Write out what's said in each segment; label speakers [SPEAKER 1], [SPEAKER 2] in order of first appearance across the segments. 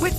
[SPEAKER 1] With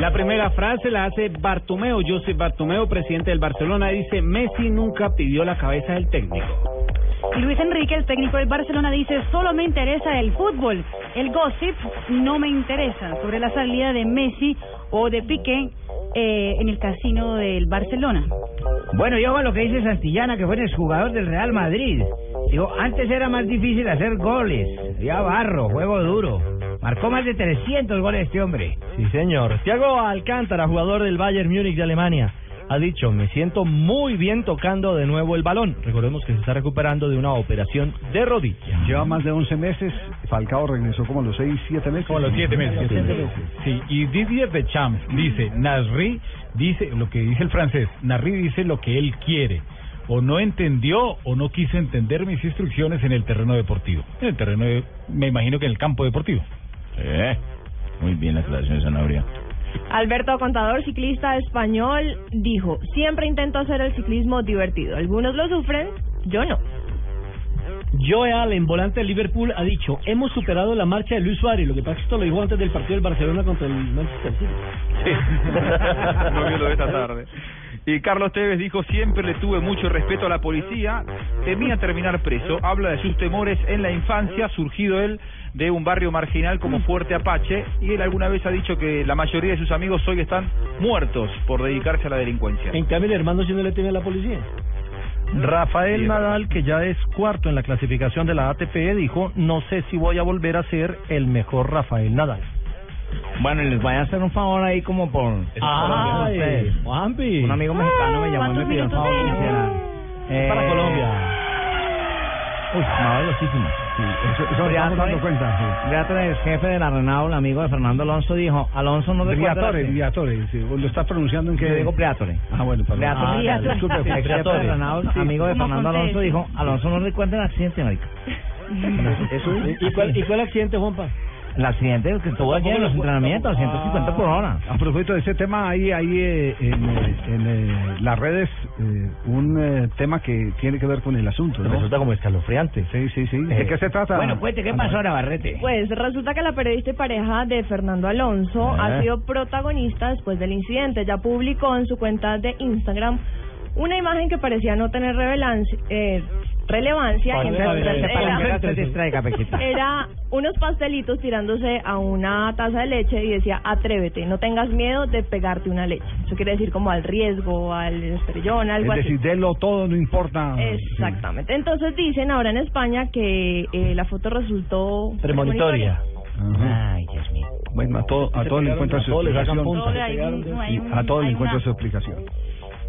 [SPEAKER 2] La primera frase la hace Bartomeu, Josep Bartomeu, presidente del Barcelona, dice, Messi nunca pidió la cabeza del técnico.
[SPEAKER 3] Luis Enrique, el técnico del Barcelona, dice, solo me interesa el fútbol. El gossip no me interesa sobre la salida de Messi o de Piqué eh, en el casino del Barcelona.
[SPEAKER 4] Bueno, yo hago lo que dice Santillana, que fue el jugador del Real Madrid. Digo, antes era más difícil hacer goles. Ya barro, juego duro. Marcó más de 300 goles este hombre.
[SPEAKER 5] Sí, señor. Thiago Alcántara, jugador del Bayern Múnich de Alemania, ha dicho, me siento muy bien tocando de nuevo el balón. Recordemos que se está recuperando de una operación de rodilla.
[SPEAKER 6] Lleva más de 11 meses, Falcao regresó como a los 6, 7 meses.
[SPEAKER 7] Como a los 7 meses. Siete meses. Sí, y Didier Deschamps dice, Nasri dice lo que dice el francés, Nasri dice lo que él quiere. O no entendió o no quiso entender mis instrucciones en el terreno deportivo. En el terreno, de- me imagino que en el campo deportivo.
[SPEAKER 8] Eh, muy bien la aclaración de Sanabria.
[SPEAKER 9] Alberto Contador, ciclista español, dijo, siempre intento hacer el ciclismo divertido. Algunos lo sufren, yo no.
[SPEAKER 10] Joe Allen, volante de Liverpool, ha dicho, hemos superado la marcha de Luis Suárez. Lo que pasa es que esto lo dijo antes del partido del Barcelona contra el Manchester City.
[SPEAKER 11] Lo vi lo de esta tarde. Y Carlos Tevez dijo, siempre le tuve mucho respeto a la policía, temía terminar preso. Habla de sus temores en la infancia, surgido él de un barrio marginal
[SPEAKER 10] Mm.
[SPEAKER 11] como Fuerte Apache, y él alguna vez ha dicho que la mayoría de sus amigos hoy están muertos por dedicarse a la delincuencia.
[SPEAKER 10] En cambio, el hermano sí no le teme a la policía.
[SPEAKER 5] Rafael Nadal, que ya es cuarto en la clasificación de la ATP, dijo, no sé si voy a volver a ser el mejor Rafael Nadal.
[SPEAKER 8] Bueno, les voy a hacer un favor ahí como por...
[SPEAKER 10] Ay,
[SPEAKER 6] pues.
[SPEAKER 8] Juanpi. Un amigo mexicano me llamó y me pidió el favor que hiciera. Eh,
[SPEAKER 5] Para Colombia.
[SPEAKER 8] Uy, no, velocísimo. Sí,
[SPEAKER 6] eso- eso nos estamos dando cuenta, sí.
[SPEAKER 8] Beatriz, jefe de la Renault, amigo de Fernando Alonso, dijo, Alonso no recuerda...
[SPEAKER 6] Briatore, Briatore, sí. ¿lo estás pronunciando en qué?
[SPEAKER 8] Yo digo Briatore.
[SPEAKER 6] Ah, bueno, perdón.
[SPEAKER 8] Briatore,
[SPEAKER 6] Ah,
[SPEAKER 8] Briatore.
[SPEAKER 6] disculpe,
[SPEAKER 8] El jefe de
[SPEAKER 6] Briatore.
[SPEAKER 8] Renault,
[SPEAKER 6] Sí.
[SPEAKER 8] amigo de
[SPEAKER 10] ¿Cómo
[SPEAKER 8] Fernando
[SPEAKER 10] acontece?
[SPEAKER 8] Alonso, dijo, Alonso no recuerda el accidente, marica.
[SPEAKER 10] Eso ¿Y cuál, ¿Y cuál accidente, Juanpa?
[SPEAKER 8] El accidente que tuvo ayer en los entrenamientos, 150 por hora.
[SPEAKER 6] A propósito de ese tema, hay, hay eh, en, eh, en, eh, las redes eh, un eh, tema que tiene que ver con el asunto, ¿no?
[SPEAKER 5] Resulta como escalofriante.
[SPEAKER 6] Sí, sí, sí. ¿De qué se trata? Ana?
[SPEAKER 5] Navarrete?
[SPEAKER 9] Pues resulta que la periodista y pareja de Fernando Alonso
[SPEAKER 6] Ah.
[SPEAKER 9] ha sido protagonista después del incidente. Ya publicó en su cuenta de Instagram una imagen que parecía no tener relevancia, eh, relevancia en
[SPEAKER 8] Para que te distraiga, Pequita.
[SPEAKER 9] Era unos pastelitos tirándose a una taza de leche y decía, atrévete, no tengas miedo de pegarte una leche. Eso quiere decir como al riesgo, al estrellón, algo
[SPEAKER 6] Es
[SPEAKER 9] así.
[SPEAKER 6] decir, ah, denlo todo, no importa.
[SPEAKER 9] Exactamente. Entonces dicen ahora en España que eh, la foto resultó...
[SPEAKER 6] Premonitoria. Ajá.
[SPEAKER 8] Ay, Dios mío.
[SPEAKER 6] Bueno, a, todo, a
[SPEAKER 8] Se
[SPEAKER 6] todo le
[SPEAKER 8] pegaron,
[SPEAKER 6] encuentra
[SPEAKER 8] a
[SPEAKER 6] su
[SPEAKER 8] todo le sacan
[SPEAKER 6] explicación.
[SPEAKER 8] punta. Todo hay
[SPEAKER 3] un- hay
[SPEAKER 6] Sí,
[SPEAKER 3] un-
[SPEAKER 6] a todo le
[SPEAKER 3] hay
[SPEAKER 6] encuentra
[SPEAKER 3] una-
[SPEAKER 6] su explicación.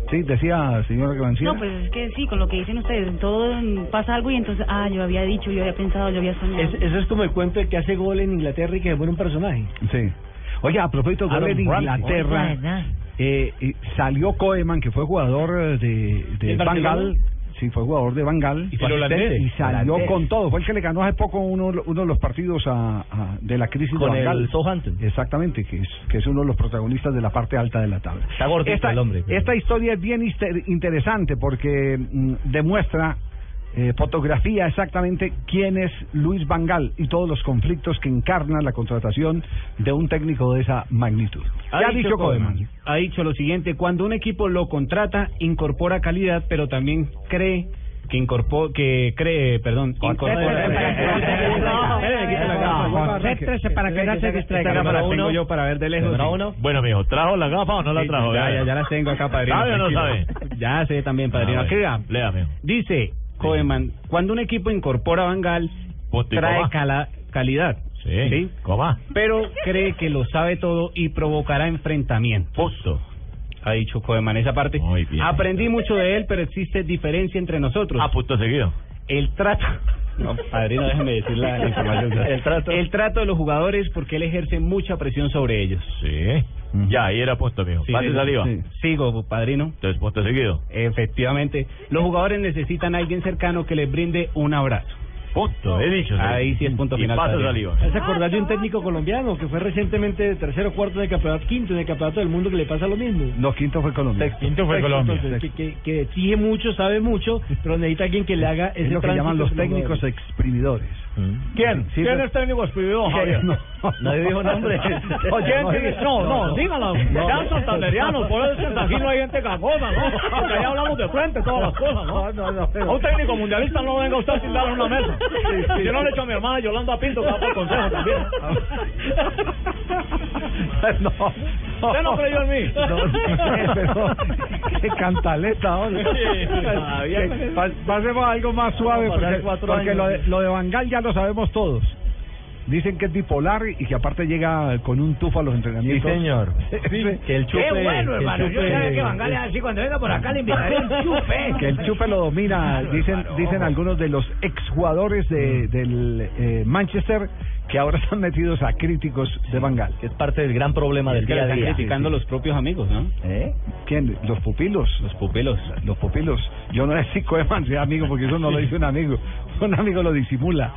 [SPEAKER 6] Sí, decía señora Granciera.
[SPEAKER 3] No, pues es que sí, con lo que dicen ustedes, en todo mm, pasa algo y entonces, ah, yo había dicho, yo había pensado, yo había soñado.
[SPEAKER 10] Es- eso es como el cuento de que hace gol en Inglaterra y que se muere un personaje.
[SPEAKER 6] Sí. Oye, a propósito
[SPEAKER 5] Ah.
[SPEAKER 6] de goles de
[SPEAKER 10] Aaron
[SPEAKER 6] Inglaterra,
[SPEAKER 10] Ramsey.
[SPEAKER 6] eh, eh, salió Koeman, que fue jugador eh, de, de
[SPEAKER 10] ¿Del
[SPEAKER 6] Van
[SPEAKER 10] Barcelona?
[SPEAKER 6] Gaal. Sí, fue jugador de Van Gaal.
[SPEAKER 7] Y fue El holandés.
[SPEAKER 6] asistente, y salió
[SPEAKER 7] Holandés.
[SPEAKER 6] con todo. Fue el que le ganó hace poco uno, uno de los partidos a- a- de la crisis
[SPEAKER 5] Con
[SPEAKER 6] de Van
[SPEAKER 5] el
[SPEAKER 6] Gaal.
[SPEAKER 5] Southampton.
[SPEAKER 6] Exactamente, que es, que es uno de los protagonistas de la parte alta de la tabla.
[SPEAKER 5] Está gordito
[SPEAKER 6] esta,
[SPEAKER 5] el hombre, pero-
[SPEAKER 6] Esta historia es bien inter- interesante porque mm, demuestra, eh, fotografía exactamente quién es Luis Vangal y todos los conflictos que encarna la contratación de un técnico de esa magnitud. ¿Qué ha dicho Koeman?
[SPEAKER 2] Ha dicho lo siguiente, cuando un equipo lo contrata, incorpora calidad, pero también cree que incorpora, que cree, perdón,
[SPEAKER 10] Concéntrese para que no se distraiga.
[SPEAKER 2] Esta cámara
[SPEAKER 10] Número
[SPEAKER 2] tengo
[SPEAKER 10] uno.
[SPEAKER 2] yo para ver de lejos.
[SPEAKER 10] Número
[SPEAKER 2] sí.
[SPEAKER 10] uno.
[SPEAKER 12] Bueno, mijo, ¿trajo la gafa o no la
[SPEAKER 2] Sí,
[SPEAKER 12] trajo?
[SPEAKER 2] Ya,
[SPEAKER 12] Vea.
[SPEAKER 2] ya, ya las tengo acá, padrino.
[SPEAKER 12] ¿Sabe o no
[SPEAKER 2] tranquilo. Ya sé también, padrino.
[SPEAKER 12] Ah,
[SPEAKER 2] Aquí
[SPEAKER 12] bueno. Lea,
[SPEAKER 2] vea.
[SPEAKER 12] mijo.
[SPEAKER 2] Dice Koeman, cuando un equipo incorpora a Bangal,
[SPEAKER 12] Punto y
[SPEAKER 2] trae
[SPEAKER 12] coma.
[SPEAKER 2] cala- calidad.
[SPEAKER 12] Sí, coma.
[SPEAKER 2] Pero cree que lo sabe todo y provocará enfrentamientos. Ha dicho Koeman esa parte.
[SPEAKER 12] Muy bien.
[SPEAKER 6] Ah,
[SPEAKER 2] Aprendí mucho de él, pero existe diferencia entre nosotros.
[SPEAKER 12] A punto seguido.
[SPEAKER 2] El trato
[SPEAKER 13] No, padrino, déjeme decir la información. El trato, el trato de los jugadores porque él ejerce mucha presión sobre ellos.
[SPEAKER 8] Sí. Ya, ahí era puesto, mijo.
[SPEAKER 13] Sí,
[SPEAKER 8] Pase
[SPEAKER 13] sí,
[SPEAKER 8] saliva.
[SPEAKER 13] sí. Sigo, padrino.
[SPEAKER 8] Entonces, puesto seguido.
[SPEAKER 13] Efectivamente. Los jugadores necesitan a alguien cercano que les brinde un abrazo.
[SPEAKER 8] Punto, he dicho. sí.
[SPEAKER 13] Ahí sí es punto
[SPEAKER 8] Y
[SPEAKER 13] final.
[SPEAKER 8] pasa
[SPEAKER 13] padrino.
[SPEAKER 8] saliva.
[SPEAKER 14] ¿Se acordar de un técnico colombiano que fue recientemente tercero o cuarto en el campeonato, quinto en el campeonato del mundo que le pasa lo mismo?
[SPEAKER 6] No, quinto fue Colombia.
[SPEAKER 14] Quinto que, que, que exige mucho, sabe mucho, pero necesita alguien que le haga ese
[SPEAKER 6] es lo que
[SPEAKER 14] tránsito
[SPEAKER 6] llaman los
[SPEAKER 14] con jugadores.
[SPEAKER 6] técnicos exprimidores.
[SPEAKER 5] ¿Quién?
[SPEAKER 6] Sí,
[SPEAKER 5] ¿Quién
[SPEAKER 6] pues-
[SPEAKER 5] es técnico expedidor, Javier?
[SPEAKER 6] No,
[SPEAKER 5] Nadie dijo nombre. Oyentes, no, no, díganlo.
[SPEAKER 6] No.
[SPEAKER 5] Sean santanderianos, por eso es que aquí no hay gente cagona, ¿no? Porque allá hablamos de frente todas las cosas, ¿no? A un técnico mundialista no venga usted sin darle una mesa. Yo no le he hecho a mi hermana Yolanda Pinto, que va por consejo también.
[SPEAKER 6] No,
[SPEAKER 5] Usted no creyó en mí.
[SPEAKER 6] no, pero qué cantaleta, hombre.
[SPEAKER 5] Sí, todavía.
[SPEAKER 6] Que pas- Pasemos a algo más suave,
[SPEAKER 5] Vamos a pasar
[SPEAKER 6] porque,
[SPEAKER 5] cuatro
[SPEAKER 6] porque
[SPEAKER 5] años.
[SPEAKER 6] lo, de, lo de Bangal ya lo sabemos todos. Dicen que es bipolar y que aparte llega con un tufo a los entrenamientos.
[SPEAKER 15] Sí, señor.
[SPEAKER 6] que el
[SPEAKER 16] Qué bueno, hermano. Yo sabía que Bangal es así. Cuando venga por acá le invitaré un chupe.
[SPEAKER 6] Que el chupe Ah, lo domina, dicen dicen algunos de los exjugadores de, del eh, Manchester que ahora están metidos a críticos de Bangal.
[SPEAKER 15] Es parte del gran problema
[SPEAKER 13] Es que le están criticando los propios amigos, ¿no?
[SPEAKER 6] ¿Eh? ¿Quién? ¿Los pupilos? Los pupilos. Los pupilos. Yo no era psicoeman, amigo, porque eso no lo dice un amigo. Un amigo lo disimula.